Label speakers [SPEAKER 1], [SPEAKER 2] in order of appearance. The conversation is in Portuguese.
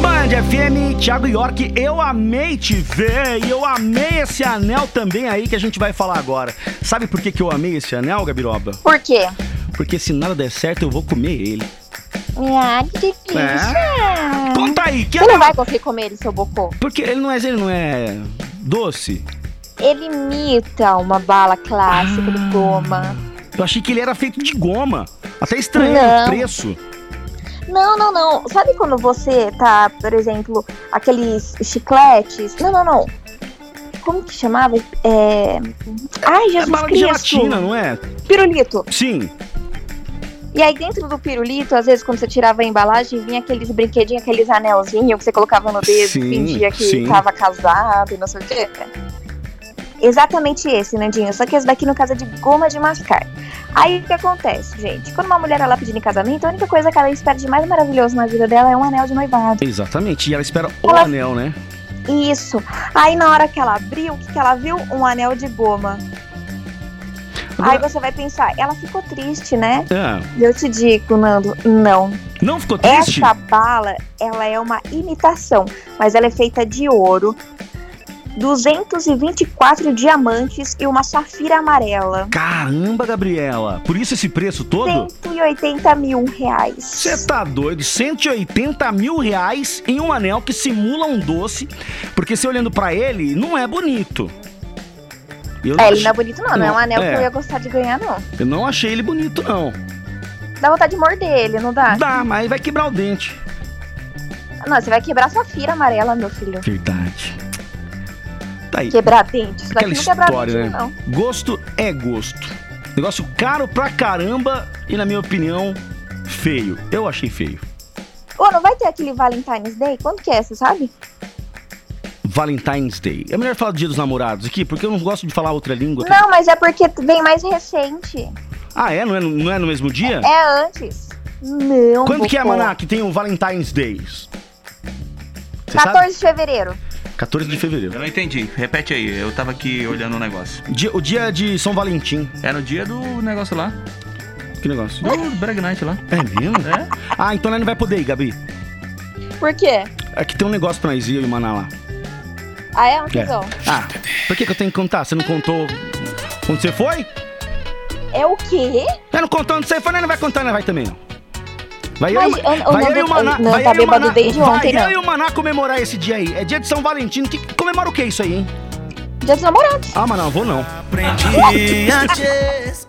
[SPEAKER 1] Tarde FM, Thiago York, eu amei te ver e eu amei esse anel também aí que a gente vai falar agora. Sabe por que, que eu amei esse anel, Gabiroba?
[SPEAKER 2] Por quê?
[SPEAKER 1] Porque se nada der certo, eu vou comer ele. É?
[SPEAKER 2] Ah, que delícia!
[SPEAKER 1] Né? Conta aí, que
[SPEAKER 2] Você não
[SPEAKER 1] anel?
[SPEAKER 2] vai conseguir comer ele, seu bocô.
[SPEAKER 1] Porque ele não é, ele não é doce?
[SPEAKER 2] Ele imita uma bala clássica
[SPEAKER 1] Ah.
[SPEAKER 2] de goma.
[SPEAKER 1] Eu achei que ele era feito de goma. Até estranhei o
[SPEAKER 2] Não.
[SPEAKER 1] preço.
[SPEAKER 2] Não, não, não. Sabe quando você tá, por exemplo, aqueles chicletes? Não, não, não. Como que chamava? É... Ai,
[SPEAKER 1] É
[SPEAKER 2] Jesus
[SPEAKER 1] bala de
[SPEAKER 2] Cristo.
[SPEAKER 1] gelatina, não é?
[SPEAKER 2] Pirulito.
[SPEAKER 1] Sim.
[SPEAKER 2] E aí dentro do pirulito, às vezes quando você tirava a embalagem, vinha aqueles brinquedinhos, aqueles anelzinhos que você colocava no dedo,
[SPEAKER 1] Sim,
[SPEAKER 2] fingia que
[SPEAKER 1] sim.
[SPEAKER 2] tava casado e não sei o quê. Exatamente esse, Nandinho. Só que esse daqui, no caso, é de goma de mascar. Aí o que acontece, gente? Quando uma mulher ela pedindo em casamento, a única coisa que ela espera de mais maravilhoso na vida dela é um anel de noivado.
[SPEAKER 1] Exatamente. E ela espera o
[SPEAKER 2] Ela-
[SPEAKER 1] anel, né?
[SPEAKER 2] Isso. Aí na hora que ela abriu, o que, que ela viu? Um anel de goma. Aí você vai pensar, ela ficou triste, né?
[SPEAKER 1] Ah,
[SPEAKER 2] Eu te digo, Nando, não.
[SPEAKER 1] não ficou triste?
[SPEAKER 2] Essa bala, ela é uma imitação, mas ela é feita de ouro, 224 diamantes e uma safira amarela.
[SPEAKER 1] Caramba, Gabriela. Por isso esse preço todo?
[SPEAKER 2] 180 mil reais.
[SPEAKER 1] Você tá doido? 180 mil reais em um anel que simula um doce, porque se olhando pra ele, não é bonito. Eu não,
[SPEAKER 2] É, ele
[SPEAKER 1] ach-
[SPEAKER 2] não é bonito não, não, é
[SPEAKER 1] Não,
[SPEAKER 2] um anel
[SPEAKER 1] é.
[SPEAKER 2] que eu ia gostar de ganhar não.
[SPEAKER 1] eu não achei ele bonito, não.
[SPEAKER 2] Dá vontade de morder ele, não dá?
[SPEAKER 1] Dá, mas vai quebrar o dente.
[SPEAKER 2] Não, você vai quebrar safira amarela, meu filho.
[SPEAKER 1] Verdade. Tá aí.
[SPEAKER 2] Quebrar dente, isso daqui
[SPEAKER 1] Aquela
[SPEAKER 2] não quebra
[SPEAKER 1] história,
[SPEAKER 2] dente
[SPEAKER 1] né?
[SPEAKER 2] não.
[SPEAKER 1] Gosto é gosto. Negócio caro pra caramba e, na minha opinião, feio. Eu achei feio.
[SPEAKER 2] Ô, não vai ter aquele Valentine's Day? Quando que é, você sabe?
[SPEAKER 1] Valentine's Day. É melhor falar do Dia dos Namorados aqui, porque eu não gosto de falar outra língua.
[SPEAKER 2] Não, mas é porque vem mais recente.
[SPEAKER 1] Ah, é? Não é, não é no mesmo dia?
[SPEAKER 2] É antes. Não,
[SPEAKER 1] Quando que é,
[SPEAKER 2] Bocô.
[SPEAKER 1] Maná, que tem o Valentine's Days? Você
[SPEAKER 2] 14 de fevereiro.
[SPEAKER 1] sabe? 14 de fevereiro.
[SPEAKER 3] Eu não entendi. Repete aí, eu tava aqui olhando o negócio.
[SPEAKER 1] Dia- o dia de São Valentim.
[SPEAKER 3] Era o dia do negócio lá,
[SPEAKER 1] Que negócio?
[SPEAKER 3] do Brag Night lá.
[SPEAKER 1] É mesmo?
[SPEAKER 3] É?
[SPEAKER 1] Ah, então nós não vai poder ir, Gabi.
[SPEAKER 2] Por quê?
[SPEAKER 1] É que tem um negócio pra nós ir, eu e o Maná lá.
[SPEAKER 2] Ah, é? Um
[SPEAKER 1] É.
[SPEAKER 2] tesão.
[SPEAKER 1] Ah, por que, que eu tenho que contar? Você não contou onde você foi?
[SPEAKER 2] É o quê?
[SPEAKER 1] Eu não contou onde você foi, nós não vai contar, nós vai também, não. Vai eu, e
[SPEAKER 2] Mas,
[SPEAKER 1] o Ma-
[SPEAKER 2] eu- eu
[SPEAKER 1] vai
[SPEAKER 2] não
[SPEAKER 1] eu e o
[SPEAKER 2] tô-
[SPEAKER 1] Maná,
[SPEAKER 2] não,
[SPEAKER 1] vai
[SPEAKER 2] tá
[SPEAKER 1] eu e o
[SPEAKER 2] bêbado
[SPEAKER 1] Maná-
[SPEAKER 2] desde ontem,
[SPEAKER 1] vai eu
[SPEAKER 2] não.
[SPEAKER 1] e o Maná comemorar esse dia aí. É dia de São Valentino. Que, comemora o que isso aí, hein?
[SPEAKER 2] Dia dos namorados.
[SPEAKER 1] Ah, Maná, eu vou não.
[SPEAKER 4] Aprendi a te esquecer.